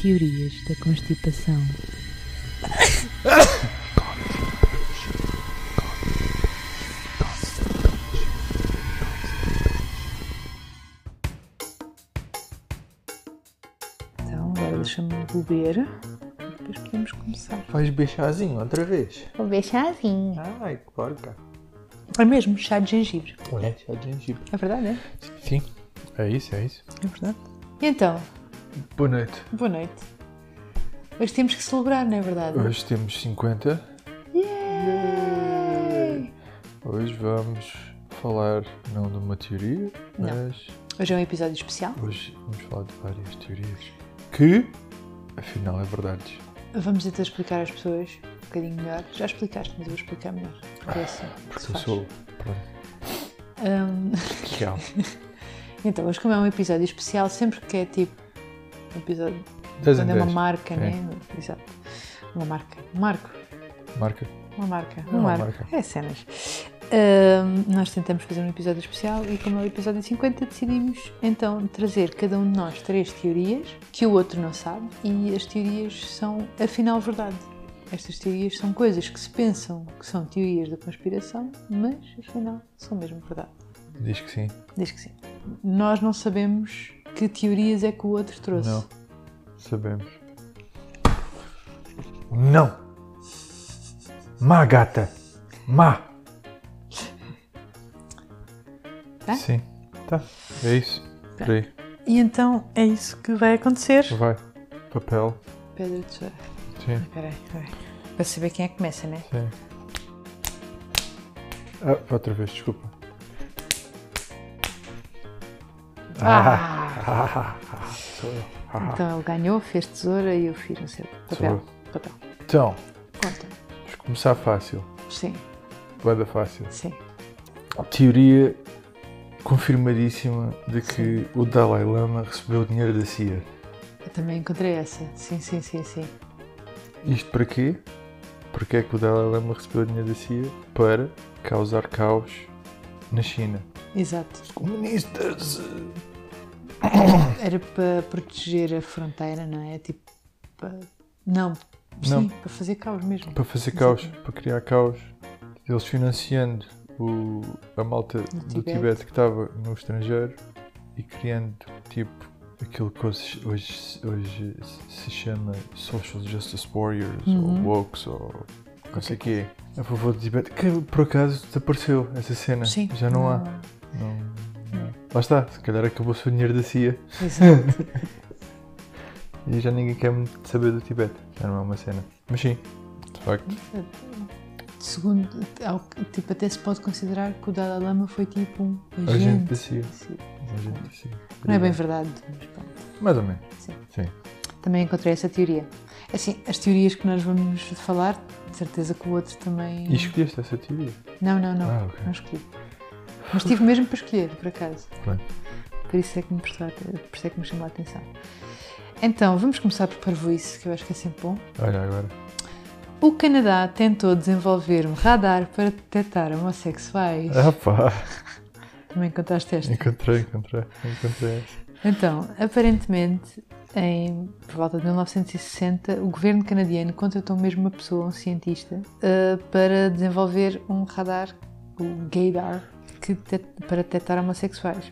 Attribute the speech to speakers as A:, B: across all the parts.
A: Teorias da constipação.
B: Então, agora deixa-me beber. Depois podemos começar.
C: Faz beijazinho outra vez.
B: Vou beber chazinho.
C: Ai, que porca.
B: É mesmo, chá de gengibre.
C: Olha, chá de gengibre.
B: É verdade, é?
C: Sim, é isso, é isso.
B: É verdade. Então,
C: Boa noite.
B: boa noite. Hoje temos que celebrar, não é verdade?
C: Hoje temos 50. Hoje vamos falar não de uma teoria,
B: Não.
C: mas
B: Hoje é um episódio especial.
C: hoje vamos falar de várias teorias que, afinal, é verdade.
B: Vamos tentar explicar às pessoas um bocadinho melhor. Já explicaste, mas eu vou explicar melhor. Porque é assim. que se
C: Porque eu
B: faz.
C: sou. Pronto, é
B: Ahm,
C: real.
B: então, hoje, como é um episódio especial, sempre que é tipo. Um episódio.
C: Dez em
B: quando é uma
C: dez.
B: marca,
C: É.
B: né? Exato. Uma marca. Marco.
C: Marca.
B: Uma marca.
C: Não,
B: Uma
C: uma
B: marca.
C: marca.
B: É cenas. Ahm, nós tentamos fazer um episódio especial e, como é o episódio 50, decidimos então trazer cada um de nós três teorias que o outro não sabe e as teorias são, afinal, verdade. Estas teorias são coisas que se pensam que são teorias da conspiração, mas afinal são mesmo verdade.
C: Diz que sim.
B: Diz que sim. Nós não sabemos que teorias é que o outro trouxe.
C: Não. Sabemos. Não! Má gata! Má!
B: Tá?
C: Sim, tá. É isso. Por aí.
B: E então é isso que vai acontecer.
C: Vai. Papel.
B: Pedro de Sousa.
C: Sim,
B: Peraí, peraí. Para saber quem é que começa, né?
C: sim. Ah, outra vez, desculpa.
B: Ah!
C: Sou eu.
B: Então ele ganhou, fez tesoura e eu fiz, não sei, papel. Papel.
C: Então,
B: Conta.
C: vamos começar fácil.
B: Sim,
C: Boa fácil.
B: sim.
C: Teoria confirmadíssima de que o Dalai Lama recebeu dinheiro da CIA.
B: Eu também encontrei essa. Sim, sim, sim, sim.
C: Isto para quê? Porque é que o Dalai Lama recebeu dinheiro da CIA? Para causar caos na China.
B: Exato.
C: Comunistas! eh,
B: Era para proteger a fronteira, não é? Tipo, para... Não. Sim,
C: Não.
B: para fazer caos mesmo.
C: Para fazer caos, para criar caos. Eles financiando o, a malta do
B: Tibete.
C: Tibete que estava no estrangeiro e criando tipo aquilo que hoje, hoje- hoje se chama Social Justice Warriors
B: Uhum.
C: ou Wokes ou não sei o quê. A favor do Tibete, que por acaso desapareceu essa cena.
B: Sim.
C: né? Já não há. Não, não. Lá está, se calhar acabou-se o dinheiro da CIA
B: Exato.
C: e já ninguém quer muito saber do Tibete. Já não é uma cena. Mas sim, de facto.
B: Segundo, ao que- tipo, até se pode considerar que o Dalai Lama foi tipo um
C: A gente
B: agente.
C: da CIA.
B: Sim.
C: A gente da CIA.
B: Não é bem verdade, mas pronto.
C: Mais ou menos.
B: Sim.
C: Sim.
B: Também encontrei essa teoria. Assim, as teorias que nós vamos falar, de certeza que o outro também.
C: E escolheste essa teoria?
B: Não, não, não.
C: Ah, ok.
B: Não escolhi. Mas tive mesmo para escolher, por acaso.
C: Pronto.
B: Por isso é que me, prestou, por isso é que me chamou a atenção. Então, vamos começar por parvoíce, que eu acho que é sempre bom.
C: Olha agora.
B: O Canadá tentou desenvolver um radar para detectar homossexuais.
C: Ah pá,
B: Também contaste esta.
C: encontrei, encontrei, encontrei essa.
B: Então, aparentemente, em, por volta de 1960, o governo canadiano contratou mesmo uma pessoa, um cientista, eh, para desenvolver um radar, o gaydar, que te- para detectar homossexuais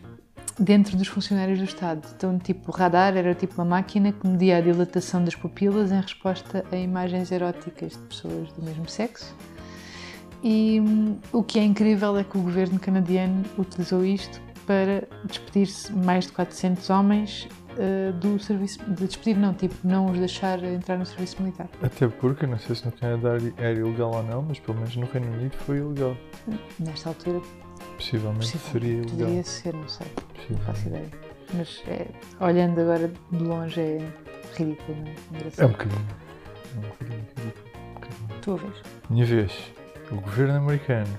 B: dentro dos funcionários do Estado. Então, tipo, o radar era tipo uma máquina que media a dilatação das pupilas em resposta a imagens eróticas de pessoas do mesmo sexo. E hum, o que é incrível é que o governo canadiano utilizou isto para despedir-se mais de 400 homens eh, do serviço. De despedir, não, tipo, não os deixar entrar no serviço militar.
C: Até porque, não sei se no Canadá era ilegal ou não, mas pelo menos no Reino Unido foi ilegal.
B: Nesta altura,
C: Possivelmente
B: possível-
C: seria ilegal.
B: poderia ser, não sei, não faço
C: Possivelmente.
B: ideia. Mas é, olhando agora de longe é ridículo, não é?
C: É um
B: Engraçado.
C: bocadinho. É um bocadinho ridículo. Um bocadinho.
B: Tu a vês?
C: Minha vez. O governo americano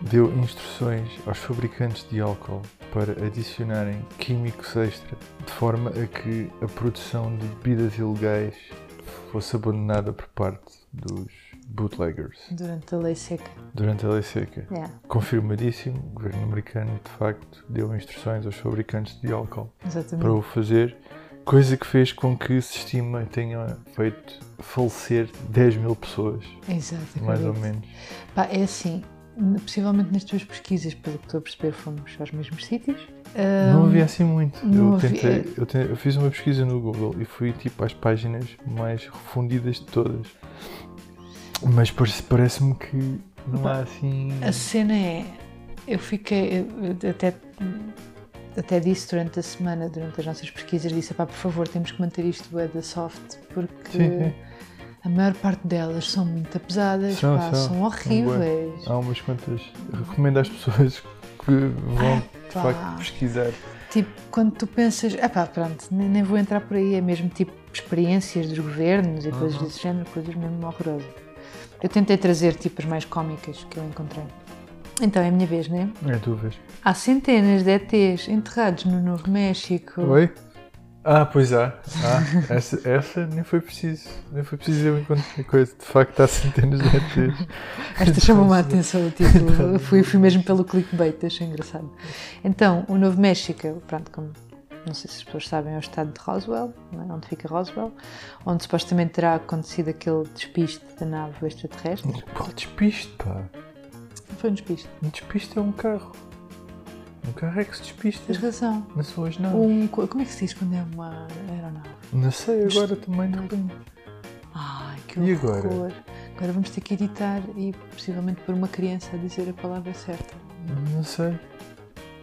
C: deu instruções aos fabricantes de álcool para adicionarem químicos extra, de forma a que a produção de bebidas ilegais fosse abandonada por parte dos bootleggers.
B: Durante a lei seca.
C: Durante a lei seca,
B: Yeah,
C: confirmadíssimo, o governo americano de facto deu instruções aos fabricantes de álcool para
B: exatamente.
C: o fazer Coisa que fez com que se estima tenha feito falecer 10 mil pessoas,
B: Exato,
C: mais ou
B: acredito.
C: menos.
B: Pá, é assim, n- possivelmente nas tuas pesquisas, pelo que estou a perceber, fomos aos mesmos sítios.
C: Não
B: Ahm,
C: havia assim muito.
B: não
C: eu,
B: havia-
C: tentei, eu, te- eu fiz uma pesquisa no Google e fui tipo às páginas mais refundidas de todas. Mas parece- parece-me que não há assim.
B: A cena é, eu fiquei, eu- eu até, até disse durante a semana, durante as nossas pesquisas, disse, pá, por favor, temos que manter isto é da soft, porque
C: Sim, sim.
B: a maior parte delas são muito pesadas,
C: São,
B: pá,
C: são. Ah,
B: são horríveis.
C: Há umas quantas. Recomendo às pessoas que vão de
B: pá.
C: facto pesquisar.
B: Tipo, quando tu pensas, ah pá, pronto, nem, nem vou entrar por aí, é mesmo tipo experiências dos governos e coisas desse género, coisas mesmo horrorosas. Eu tentei trazer tipo as mais cómicas que eu encontrei. Então é a minha vez, né?
C: É tu vês.
B: Há centenas de ETs enterrados no Novo México.
C: Oi? Ah, pois há. Ah, essa, essa nem foi preciso. Nem foi preciso eu encontrar coisa. De facto, há centenas de ETs.
B: Esta chamou-me a atenção, tipo, fui, fui mesmo pelo clickbait, achei engraçado. Então, o Novo México, pronto, como não sei se as pessoas sabem, é o estado de Roswell, não é? onde fica Roswell, onde supostamente terá acontecido aquele despiste da nave extraterrestre.
C: Qual despiste, pá?
B: Foi um despiste,
C: Um despiste é um carro. Um carro é que se despista.
B: tens razão.
C: Não são as naves.
B: Um, co- como é que se diz quando é uma aeronave?
C: Não sei, agora também não tenho.
B: Ai, que horror.
C: E agora?
B: Agora vamos ter que editar e possivelmente pôr uma criança a dizer a palavra certa,
C: Não sei.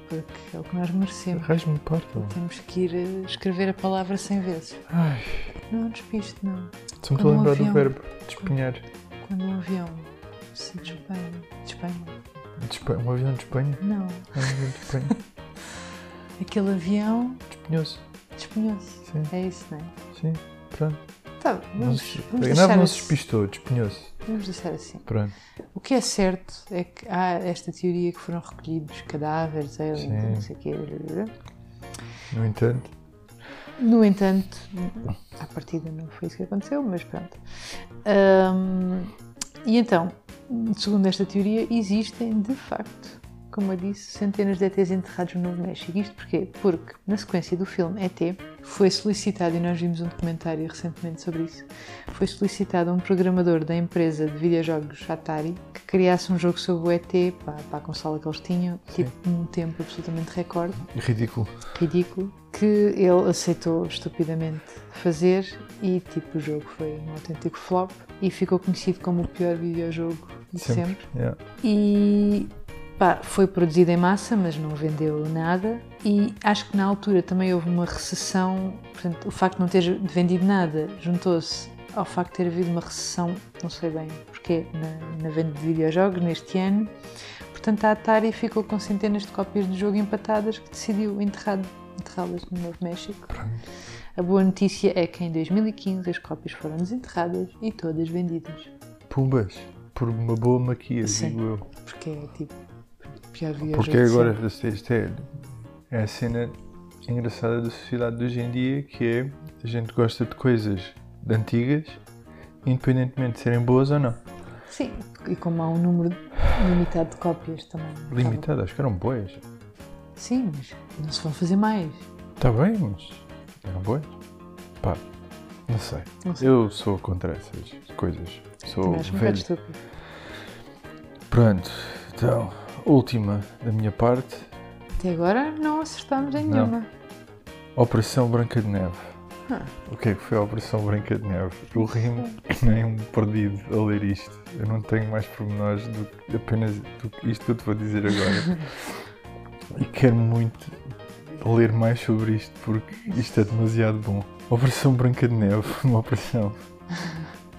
B: porque é o que nós merecemos.
C: Raiz-me parto.
B: Temos que ir eh, escrever a palavra 100 vezes.
C: Ai,
B: Não despiste, não.
C: estou-me
B: Como um
C: a lembrar do
B: avião.
C: verbo. Despenhar.
B: Quando um avião se despenha. Despenha?
C: Despe- Um avião de Espanha?
B: Não.
C: Um avião de Espanha.
B: Aquele avião
C: Despenhou-se.
B: despenhou-se.
C: Sim,
B: É isso, não é?
C: sim. Pronto.
B: Tá,
C: Não
B: vamos,
C: se-
B: vamos,
C: A nave
B: deixar
C: não se
B: assim,
C: despistou, despenhou-se.
B: vamos deixar assim.
C: Pronto.
B: O que é certo é que há esta teoria que foram recolhidos cadáveres, aliens,
C: Sim.
B: não sei o quê.
C: No entanto,
B: No entanto, à partida não foi isso que aconteceu, mas pronto. Ahm, e então, segundo esta teoria, existem de facto, como eu disse, centenas de ETs enterrados no Novo México. Isto porquê? Porque na sequência do filme ET foi solicitado, e nós vimos um documentário recentemente sobre isso, foi solicitado a um programador da empresa de videojogos Atari que criasse um jogo sobre o ET para, para a consola que eles tinham, tipo num tempo absolutamente recorde
C: é ridículo.
B: ridículo que ele aceitou estupidamente fazer e tipo o jogo foi um autêntico flop e ficou conhecido como o pior videojogo de sempre.
C: Sempre. Yeah.
B: E pá, foi produzido em massa, mas não vendeu nada. E acho que na altura também houve uma recessão, portanto, o facto de não ter vendido nada juntou-se ao facto de ter havido uma recessão, não sei bem porquê, na, na venda de videojogos neste ano. Portanto, a Atari ficou com centenas de cópias do jogo empatadas que decidiu enterrar- enterrá-las no Novo México. A boa notícia é que em 2015 as cópias foram desenterradas e todas vendidas.
C: Pumbas. Por uma boa maquia,
B: Sim.
C: digo eu.
B: Porque é tipo, pior videojogo.
C: Porque
B: de
C: agora,
B: sempre.
C: isto é- isto é, é a cena engraçada da sociedade de hoje em dia, que é a gente gosta de coisas de antigas, independentemente de serem boas ou não.
B: Tá Sim, e como há um número limitado de cópias também. não é?
C: Limitado, acho que eram boas.
B: Sim, mas não se vão fazer mais.
C: Está Tá bem, mas eram boas. Pá, não sei.
B: Não sei.
C: Eu sou contra essas coisas. Sou
B: Também acho um bocado
C: velho.
B: estúpido.
C: Pronto, então, última da minha parte.
B: Até agora não acertámos em nenhuma.
C: Operação Branca de Neve.
B: Ah.
C: O que é que foi a Operação Branca de Neve? Eu ri-me que nem um perdido a ler isto. Eu não tenho mais pormenores do que apenas do que isto que eu te vou dizer agora. e quero muito ler mais sobre isto porque isto é demasiado bom. Operação Branca de Neve, uma operação.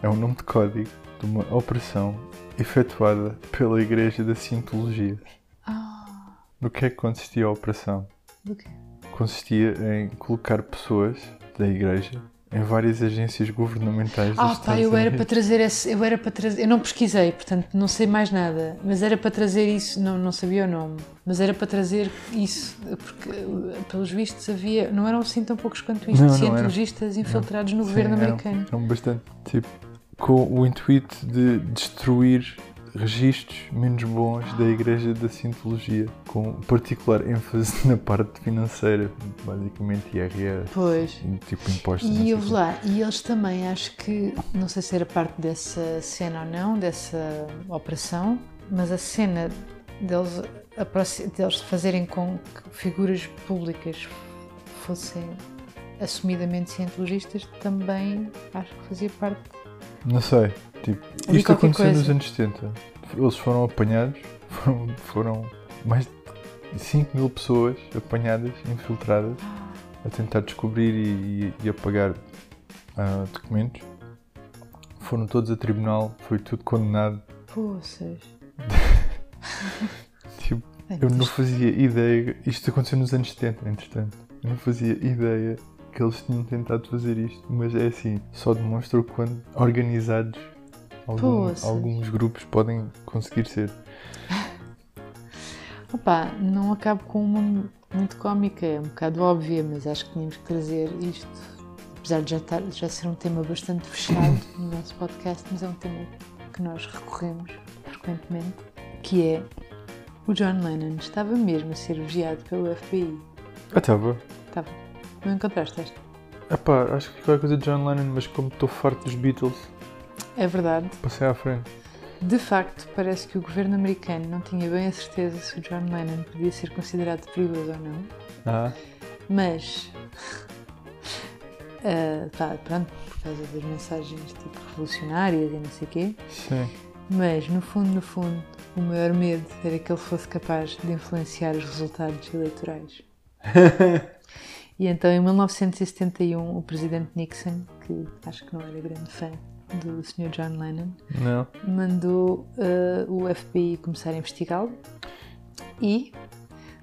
C: É um nome de código de uma operação efetuada pela Igreja da Cientologia.
B: Ah,
C: Do que é que consistia a operação?
B: do quê?
C: consistia em colocar pessoas da igreja em várias agências governamentais dos
B: Ah, pá,
C: Estados
B: eu era para
C: Unidos.
B: trazer esse. Eu era para trazer. Eu não pesquisei, portanto não sei mais nada. Mas era para trazer isso. Não, não sabia o nome. Mas era para trazer isso. Porque, eh, pelos vistos, havia. Não eram assim tão poucos quanto isto.
C: Não, não eram.
B: cientologistas infiltrados no governo
C: Sim, eram-
B: americano.
C: Eram bastante, tipo, com o intuito de destruir registros menos bons da Igreja da Cientologia, com particular ênfase na parte financeira, basicamente IRS,
B: Pois.
C: tipo impostos. não
B: E
C: sei
B: eu
C: quê.
B: lá, e eles também, acho que, não sei se era parte dessa cena ou não, dessa operação, mas a cena deles, aproxi- deles fazerem com que figuras públicas fossem assumidamente cientologistas também acho que fazia parte.
C: Não sei, tipo,
B: Vi
C: isto
B: qualquer
C: aconteceu
B: coisa.
C: nos anos 70. Eles foram apanhados, foram, foram mais de 5 mil pessoas apanhadas, infiltradas, a tentar descobrir e, e- e apagar ah, documentos. Foram todos a tribunal, foi tudo condenado.
B: Poças.
C: Tipo,
B: Bem,
C: eu não
B: isto-
C: fazia ideia. Isto aconteceu nos anos 70, entretanto. Eu não fazia ideia que eles tinham tentado fazer isto, mas é assim, só demonstra o quanto organizados algum-
B: Poças.
C: alguns grupos podem conseguir ser.
B: Opa, não acabo com uma muito cómica, é um bocado óbvia, mas acho que tínhamos que trazer isto. Apesar de já, estar- já ser um tema bastante fechado no nosso podcast, mas é um tema que nós recorremos frequentemente, que é o John Lennon estava mesmo a ser vigiado pelo FBI.
C: Ah, tá bom.
B: Estava. Não encontraste esta?
C: Epá, acho que qualquer coisa de John Lennon, mas como estou farto dos Beatles,
B: É verdade.
C: passei à frente.
B: De facto, parece que o governo americano não tinha bem a certeza se o John Lennon podia ser considerado perigoso ou não.
C: Ah,
B: Mas. ah, pá, pronto, por causa das mensagens tipo revolucionárias e não sei o quê.
C: sim.
B: Mas, no fundo, no fundo, o maior medo era que ele fosse capaz de influenciar os resultados eleitorais. e então, em 1971, o presidente Nixon, que acho que não era grande fã do Sr. John Lennon,
C: Não.
B: mandou eh, o FBI começar a investigá-lo e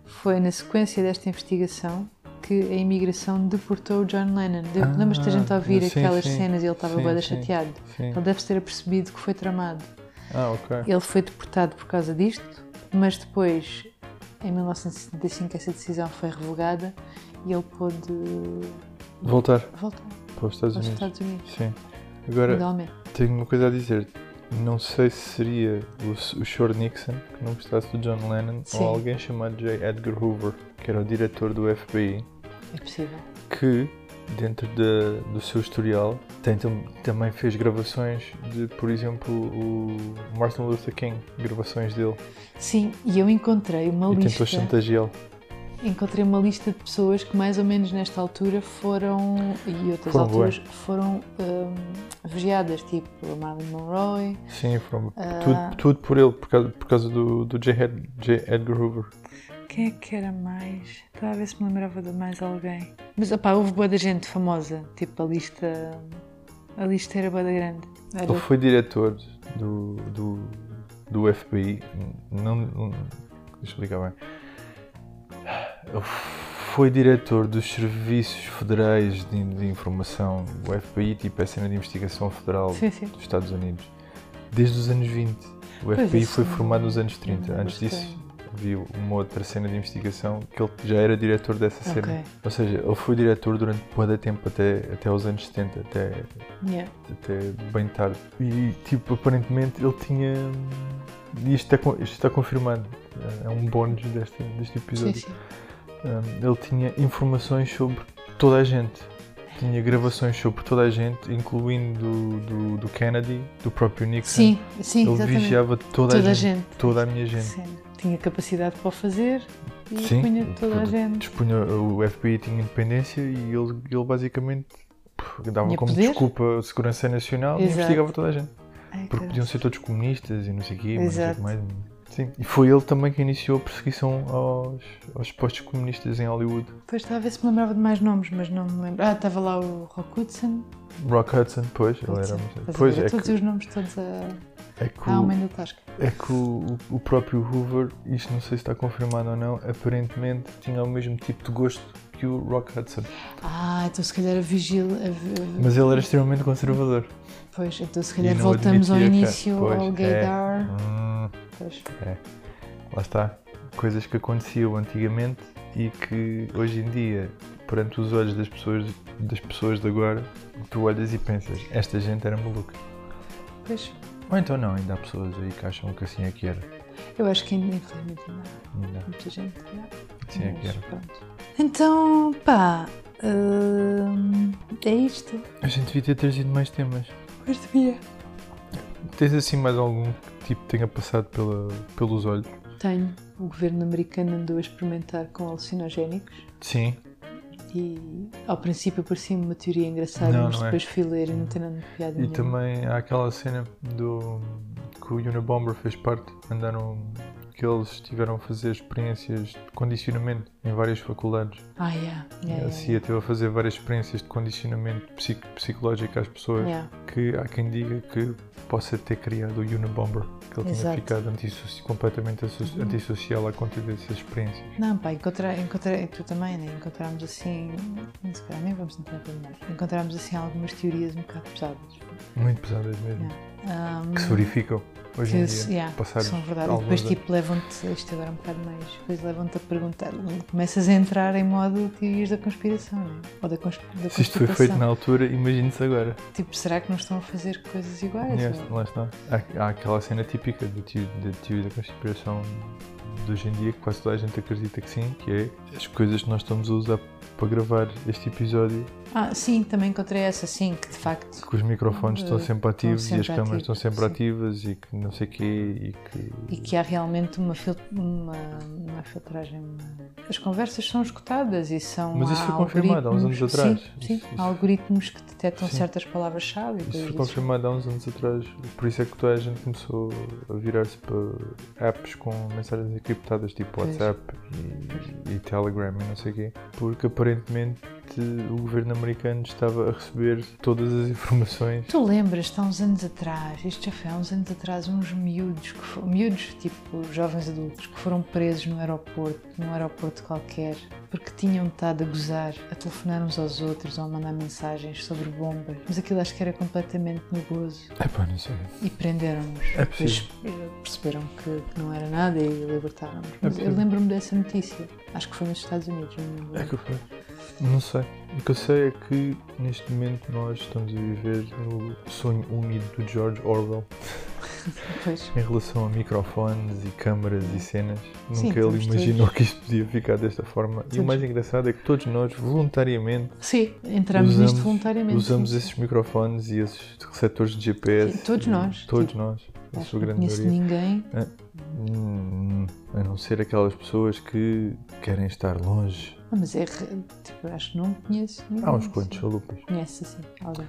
B: foi na sequência desta investigação que a imigração deportou o John Lennon. De-
C: Ah,
B: Lembras-te da gente a ouvir
C: sim,
B: aquelas
C: sim.
B: cenas e ele estava
C: Sim,
B: bem
C: sim.
B: chateado?
C: Sim.
B: Ele deve ter percebido que foi tramado.
C: Ah, ok.
B: Ele foi deportado por causa disto, mas depois, em 1975, essa decisão foi revogada e ele pôde
C: Voltar
B: voltar
C: para os Estados
B: aos
C: Unidos.
B: Estados Unidos.
C: Sim. Agora,
B: Legalmente.
C: tenho uma coisa a dizer. Não sei se seria o, o Sr. Nixon que não gostasse do John Lennon
B: Sim.
C: ou alguém chamado J. Edgar Hoover, que era o diretor do FBI,
B: É possível.
C: que, dentro da- do seu historial, tem tam- também fez gravações de, por exemplo, o Martin Luther King, gravações dele,
B: Sim, e eu encontrei uma
C: e
B: lista.
C: tentou chantageá-lo.
B: Encontrei uma lista de pessoas que mais ou menos nesta altura foram, e outras
C: Foram
B: alturas, foram hum, vigiadas, tipo a Marilyn Monroe.
C: Sim, from,
B: Ah.
C: tudo, tudo por ele, por causa, por causa do, do J. Ed- J. Edgar Hoover.
B: Quem é que era mais? Estava a ver se me lembrava de mais alguém. Mas opá, houve boa da gente famosa, tipo a lista. A lista era boa da grande. Era-
C: Ele foi diretor do, do, do FBI. Não, não- deixa eu explicar bem. Ele foi diretor dos Serviços Federais de, de Informação, o FBI, tipo a cena de investigação federal
B: Sim, sim.
C: dos Estados Unidos, desde os anos 20. O
B: Pois,
C: FBI
B: isso
C: foi
B: não-
C: formado nos anos 30.
B: não
C: Antes disso,
B: gostei.
C: viu uma outra cena de investigação que ele já era diretor dessa
B: Ok.
C: cena. Ou seja, ele foi diretor durante muito tempo, até, até os anos 70, até
B: Yeah.
C: até bem tarde. E, tipo, aparentemente ele tinha. e Isto está, con- isto está confirmado, é um bónus deste, deste
B: Sim,
C: episódio.
B: sim.
C: Um, ele tinha informações sobre toda a gente. Tinha gravações sobre toda a gente, incluindo do, do, do Kennedy, do próprio Nixon.
B: Sim, sim,
C: ele
B: exatamente.
C: vigiava
B: Toda
C: toda, a
B: a
C: gente,
B: gente.
C: Toda a minha gente.
B: Sim. Tinha capacidade para o fazer e
C: Sim,
B: punha toda a
C: porque
B: gente.
C: Dispunha, o FBI tinha independência e ele, ele basicamente pff, dava
B: Tinha
C: como
B: poder.
C: desculpa a segurança nacional e
B: Exato.
C: investigava toda a gente.
B: Ai,
C: Porque podiam ser todos comunistas e não sei o quê, mas não sei o
B: É. Exato.
C: que mais. Sim. E foi ele também que iniciou a perseguição aos, aos postos comunistas em Hollywood.
B: Depois estava a ver se me lembrava de mais nomes, mas não me lembro. Ah, estava lá o Rock Hudson.
C: Rock Hudson, pois, ele
B: Hudson.
C: era.
B: Estás a
C: Pois,
B: ver?
C: é
B: todos
C: que,
B: os nomes todos a,
C: é que,
B: a
C: o,
B: homem do Tasca.
C: é que o, o próprio Hoover, isto não sei se está confirmado ou não, aparentemente tinha o mesmo tipo de gosto que o Rock Hudson.
B: Ah, então se calhar a vigil. A, a-
C: Mas ele era extremamente conservador.
B: Pois, então se
C: E
B: calhar
C: não
B: voltamos ao
C: admitia que-
B: início,
C: pois,
B: ao
C: é.
B: gaydar.
C: Hum,
B: Pois.
C: lá está. Coisas que aconteciam antigamente e que hoje em dia, perante os olhos das pessoas, das pessoas de agora, tu olhas e pensas, esta gente era maluca.
B: Pois.
C: Ou então não, ainda há pessoas aí que acham que assim é que era.
B: Eu acho que ainda, infelizmente, ainda há
C: Ainda
B: muita gente. não é?
C: assim é que
B: Mas
C: era.
B: pronto. Então, pá, hum, é isto.
C: A gente devia ter trazido mais temas.
B: Pois devia.
C: Tens assim mais algum que tipo tenha passado pela, pelos olhos?
B: Tenho. O governo americano andou a experimentar com alucinogénicos
C: Sim.
B: e ao princípio parecia-me uma teoria engraçada,
C: Não,
B: mas
C: não é.
B: depois fui ler e não tem nada de piada
C: E
B: nenhuma.
C: também há aquela cena do que o Unabomber fez parte, andaram que eles tiveram a fazer experiências de condicionamento em várias faculdades.
B: Ah, yeah. Yeah,
C: a
B: yeah,
C: CIA teve a fazer várias experiências de condicionamento psico- psicológico às pessoas
B: yeah.
C: que há quem diga que possa ter criado o Unabomber, que ele tinha
B: Exato. Uhum.
C: ficado antissoci- completamente asso- antissocial à conta dessas experiências.
B: Não, pá, encontrei, encontrei, tu também, né? Encontramos assim, se calhar nem vamos entrar para mais. Encontramos assim algumas teorias um bocado pesadas.
C: Muito pesadas mesmo.
B: Yeah. Ahm,
C: Que se verificam hoje em
B: que
C: dia.
B: se- yeah,
C: passaram
B: são verdade. E
C: alguns
B: depois,
C: anos.
B: tipo, levam-te, isto agora é um bocado mais, depois levam-te a perguntar, começas a entrar em modo teorias da conspiração, né? Ou da, consp da
C: Se isto foi feito
B: constipação.
C: na altura, imagine-se agora.
B: Tipo, será que não estão a fazer coisas iguais?
C: Yes,
B: Ou-
C: lá está. Há, há aquela cena típica do tio, da teoria da conspiração de hoje em dia, que quase toda a gente acredita que sim, que é as coisas que nós estamos a usar para gravar este episódio,
B: Ah, sim, também encontrei essa, sim, que de facto
C: que os microfones estão
B: Eh,
C: sempre ativos
B: sempre
C: e as câmaras estão
B: ativos,
C: sempre
B: sim.
C: ativas e que não sei o quê e que...
B: E que há realmente uma, fil- uma, uma filtragem. uma- As conversas são escutadas e são.
C: Mas isso
B: há
C: foi confirmado há uns
B: algoritmos-
C: anos atrás.
B: Sim, sim.
C: Isso-
B: há algoritmos que detectam
C: Sim.
B: certas palavras-chave. e
C: Isso
B: coisas
C: foi
B: desse
C: confirmado há uns anos atrás, por isso é que toda a gente começou a virar-se para apps com mensagens encriptadas, tipo
B: Pois.
C: WhatsApp e, e Telegram e não sei o quê, porque aparentemente o governo americano estava a receber todas as informações.
B: Tu lembras-te há uns anos atrás, isto já foi há uns anos atrás, uns miúdos, que fo- miúdos tipo jovens adultos, que foram presos no aeroporto, num aeroporto qualquer, porque tinham estado a gozar, a telefonar uns aos outros ou a mandar mensagens sobre bombas. Mas aquilo acho que era completamente no gozo.
C: Epá, não sei.
B: E prenderam-nos.
C: É
B: Depois
C: possível.
B: eh, perceberam que, que não era nada e libertaram-nos. Mas eu
C: É possível.
B: lembro-me dessa notícia. Acho que foi nos Estados Unidos. Não me lembro.
C: É que eu sei. Não sei. O que eu sei é que neste momento nós estamos a viver no sonho úmido do George Orwell
B: Pois.
C: em relação a microfones e câmaras e cenas.
B: Sim,
C: Nunca ele
B: estamos
C: imaginou que isto podia ficar desta forma. E o
B: Todos.
C: mais engraçado é que todos nós, voluntariamente,
B: Sim, entramos
C: Usamos-
B: nisto voluntariamente.
C: usamos
B: sim,
C: esses microfones e esses receptores de GPS.
B: Sim, todos
C: E
B: nós,
C: Hum, Todos
B: tipo,
C: nós.
B: sim.
C: A
B: Acho
C: sua
B: que não
C: grande
B: conheço
C: maioria.
B: ninguém.
C: Hum, a não ser aquelas pessoas que querem estar longe.
B: Ah, mas é. re- Tipo, acho que não conheço ninguém.
C: Há uns
B: sim.
C: quantos chalupas.
B: Conheces assim, alguém.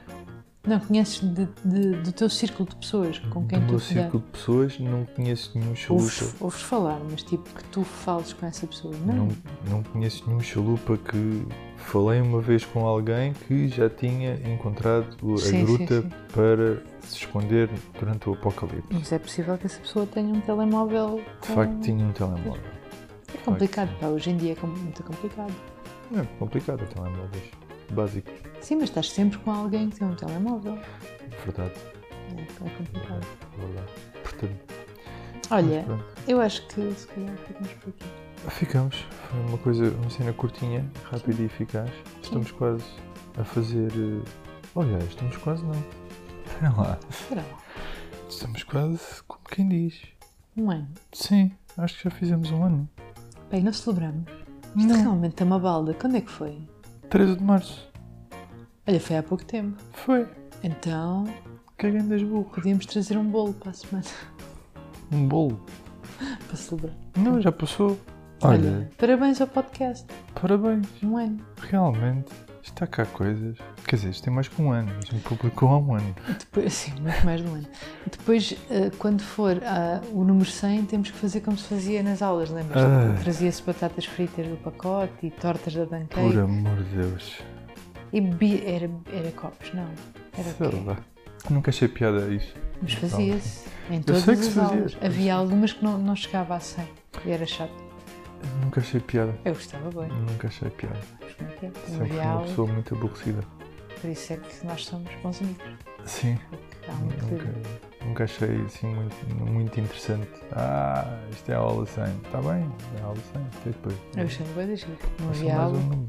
B: Não, conheces de, de- do teu círculo de pessoas com quem
C: Do
B: tu
C: meu
B: te dá-
C: círculo de pessoas não conheço nenhum chalupa.
B: ouves, ouves falar, mas tipo que tu fales com essa pessoa. Não.
C: Não, não conheço nenhum chalupa que falei uma vez com alguém que já tinha encontrado a
B: Sim, sim,
C: é gruta
B: sim.
C: para se esconder durante o apocalipse.
B: Mas é possível que essa pessoa tenha um telemóvel.
C: De
B: com-
C: facto, tinha um telemóvel.
B: É complicado, pá, hoje em dia é com- muito complicado.
C: É complicado, telemóveis básicos.
B: Sim, mas estás sempre com alguém que tem um telemóvel.
C: Verdade,
B: É, é complicado.
C: verdade. Portanto,
B: Olha,
C: mas pronto.
B: eu acho que se calhar ficamos por aqui.
C: ficamos. Foi uma coisa, uma cena curtinha, rápida e eficaz. Estamos quase a fazer. eh, Olha, estamos quase não. Espera lá.
B: Espera lá,
C: Estamos quase, como quem diz.
B: um ano.
C: Sim, acho que já fizemos um ano.
B: Bem, não celebramos. Isto realmente é uma balda. Quando é que foi?
C: 13 de março.
B: Olha, foi há pouco tempo.
C: Foi.
B: Então,
C: Cagando das burro.
B: podíamos trazer um bolo para a semana
C: Um bolo.
B: para celebrar.
C: Não, já passou. Olha,
B: Olha, parabéns ao podcast.
C: parabéns.
B: Um ano.
C: Realmente, está cá coisas. Quer dizer, isto tem mais que um ano. A gente publicou há um ano.
B: Depois, sim, muito mais de um ano. Depois, eh, quando for ah, o número 100, temos que fazer como se fazia nas aulas, lembras? Tipo,
C: Ah.
B: Trazia-se batatas fritas do pacote e tortas da
C: Por
B: banqueira.
C: amor de Deus.
B: E bi- era, era copos, não. Era o
C: Sei
B: quê?
C: lá. Nunca achei piada a isso.
B: Mas fazia-se. Em
C: Eu sei
B: todas
C: que se
B: as
C: fazia,
B: aulas.
C: eu sei.
B: Havia algumas que não, não chegava a 100. E era chato.
C: Nunca achei piada.
B: Eu gostava bem.
C: Nunca achei piada.
B: mas como é que é? Não
C: Sempre fui
B: havia
C: uma
B: aulas.
C: pessoa muito aborrecida.
B: Por isso é que nós somos bons amigos.
C: Sim.
B: Porque há
C: Hum,
B: um
C: Nunca,
B: que.
C: nunca achei assim muito, muito interessante. Ah, isto é a aula 100. Está bem, é a aula 100. Até depois.
B: Eu achava bem das Não
C: Façam
B: havia
C: mais
B: aula.
C: um número.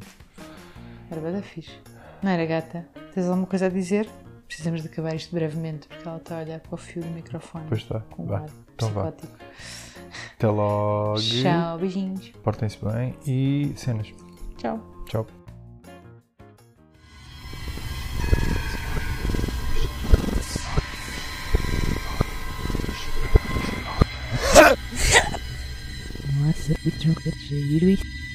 B: Era bem da fixe. Não era gata? Tens alguma coisa a dizer? Precisamos de acabar isto brevemente porque ela está a olhar para o fio do microfone
C: Pois está.
B: com um
C: Vá.
B: ar
C: Então vá.
B: psicótico.
C: Até logo.
B: Tchau, beijinhos.
C: Portem-se bem e cenas.
B: Tchau.
C: Tchau.
A: Nossa, que tronco de giro e